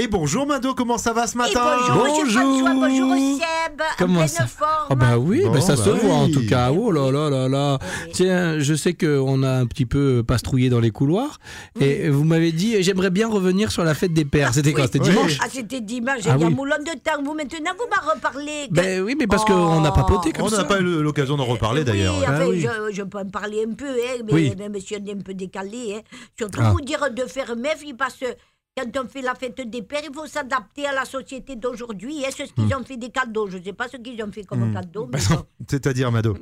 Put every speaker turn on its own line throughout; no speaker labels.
Et bonjour Mado, comment ça va ce
Et
matin
bonjour, Monsieur
Bonjour.
François, bonjour Seb,
Comment
en pleine
ça
forme.
Ah bah oui,
Bon,
bah ça
bah
se voit en
oui.
tout cas. Oh là là là là. Tiens, je sais qu'on a un petit peu pastrouillé dans les couloirs
Mm.
et vous m'avez dit eh, j'aimerais bien revenir sur la fête des pères. C'était quoi C'était
Oui.
dimanche
Ah, c'était dimanche,
Ah
il y a
oui.
moulin de temps. Vous, maintenant, vous m'en reparlez. que-
Ben oui, mais parce qu'on a
Oh.
papoté comme
On n'a
ça.
pas eu l'occasion d'en reparler d'ailleurs.
Oui, hein. enfin,
Ah oui.
Je, je peux en parler un peu, hein, mais
Oui.
même si on est un peu décalé. hein. Surtout
Ah.
vous dire de faire meuf, parce que quand on fait la fête des pères, il faut s'adapter à la société d'aujourd'hui. hein. C'est ce qu'ils
Hmm.
ont fait des cadeaux. Je ne sais pas ce qu'ils ont fait comme cadeau. mais bon.
C'est-à-dire Mado.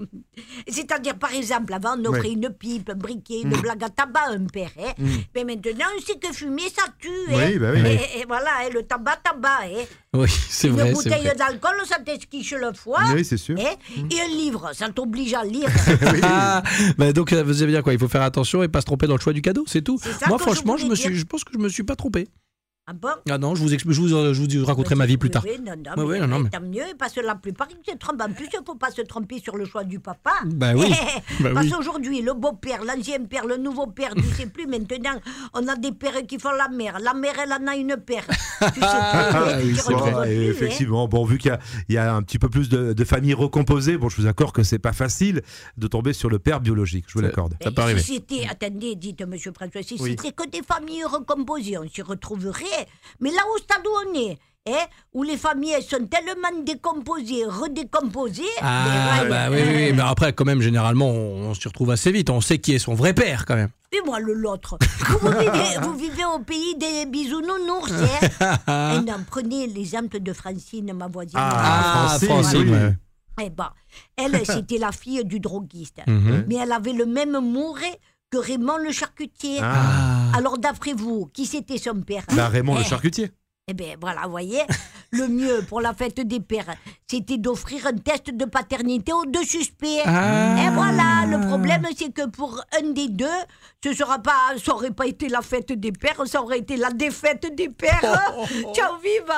C'est-à-dire, par exemple, avant, on
Ouais.
offrait une pipe, un briquet,
Mm.
une blague à tabac à un père. hein. Mais maintenant, on sait que fumer, ça tue. hein.
Oui, bah oui.
Et, et voilà, hein, le tabac, tabac. hein.
Oui, c'est
Une
vrai, c'est
bouteille
vrai.
d'alcool, ça t'esquiche le foie.
Oui, c'est sûr. Mm.
hein. Et un livre, ça t'oblige à lire.
Ah, bah donc ça veut dire quoi Il faut faire attention et pas se tromper dans le choix du cadeau, c'est tout.
C'est ça
Moi
que je
franchement, je, me
voulais
suis,
dire.
je pense que je me suis pas trompé.
ah bon Bah,
Ah non, je vous, expl- je vous, euh, je vous raconterai ma vie plus tard.
Oui, non, non,
Ouais,
mais
ouais, non, non, mais-
tant mieux, parce que la plupart, ils se trompent. En plus, il ne faut pas se tromper sur le choix du papa.
Bah oui, bah
parce
oui.
qu'aujourd'hui, le beau-père, l'ancien père, le nouveau père, tu sais plus, maintenant, on a des pères qui font la mère. La mère, elle en a une paire. Tu sais
Ah,
plus,
oui,
tu
c'est
retrouves
vrai.
Et
plus, hein.
effectivement, bon, vu qu'il y a- il y, a un petit peu plus de, de familles recomposées, bon, je vous accorde que c'est pas facile de tomber sur le père biologique, je vous l'accorde.
Mais Si c'était, attendez, dites Monsieur François, si
Oui.
c'était que des familles recomposées, on s'y retrouverait. Mais là au stade où on est, hein, où les familles elles sont tellement décomposées, redécomposées. hein.
Ah
mais
bah
voilà.
oui, oui, oui. mais après quand même généralement on, on se retrouve assez vite, on sait qui est son vrai père quand même.
Et moi le l'autre. vous, vous vivez, vous vivez au pays des bisounounours. Hein. Et non, prenez l'exemple de Francine, ma voisine.
Ah, Francine, oui.
ouais.
Eh ben, elle, c'était la fille du droguiste.
Mm.
Mhm.
Mais elle avait le même mouret que Raymond le charcutier.
Ah,
Alors, d'après vous, qui c'était son père
bah, Raymond
eh,
le charcutier.
Eh bien, voilà, vous voyez, le mieux pour la fête des pères, c'était d'offrir un test de paternité aux deux suspects.
Ah.
Et voilà, le problème, c'est que pour un des deux, ce sera pas,
Oh.
ça aurait pas été la fête des pères, ça aurait été la défaite des pères. Ciao, vive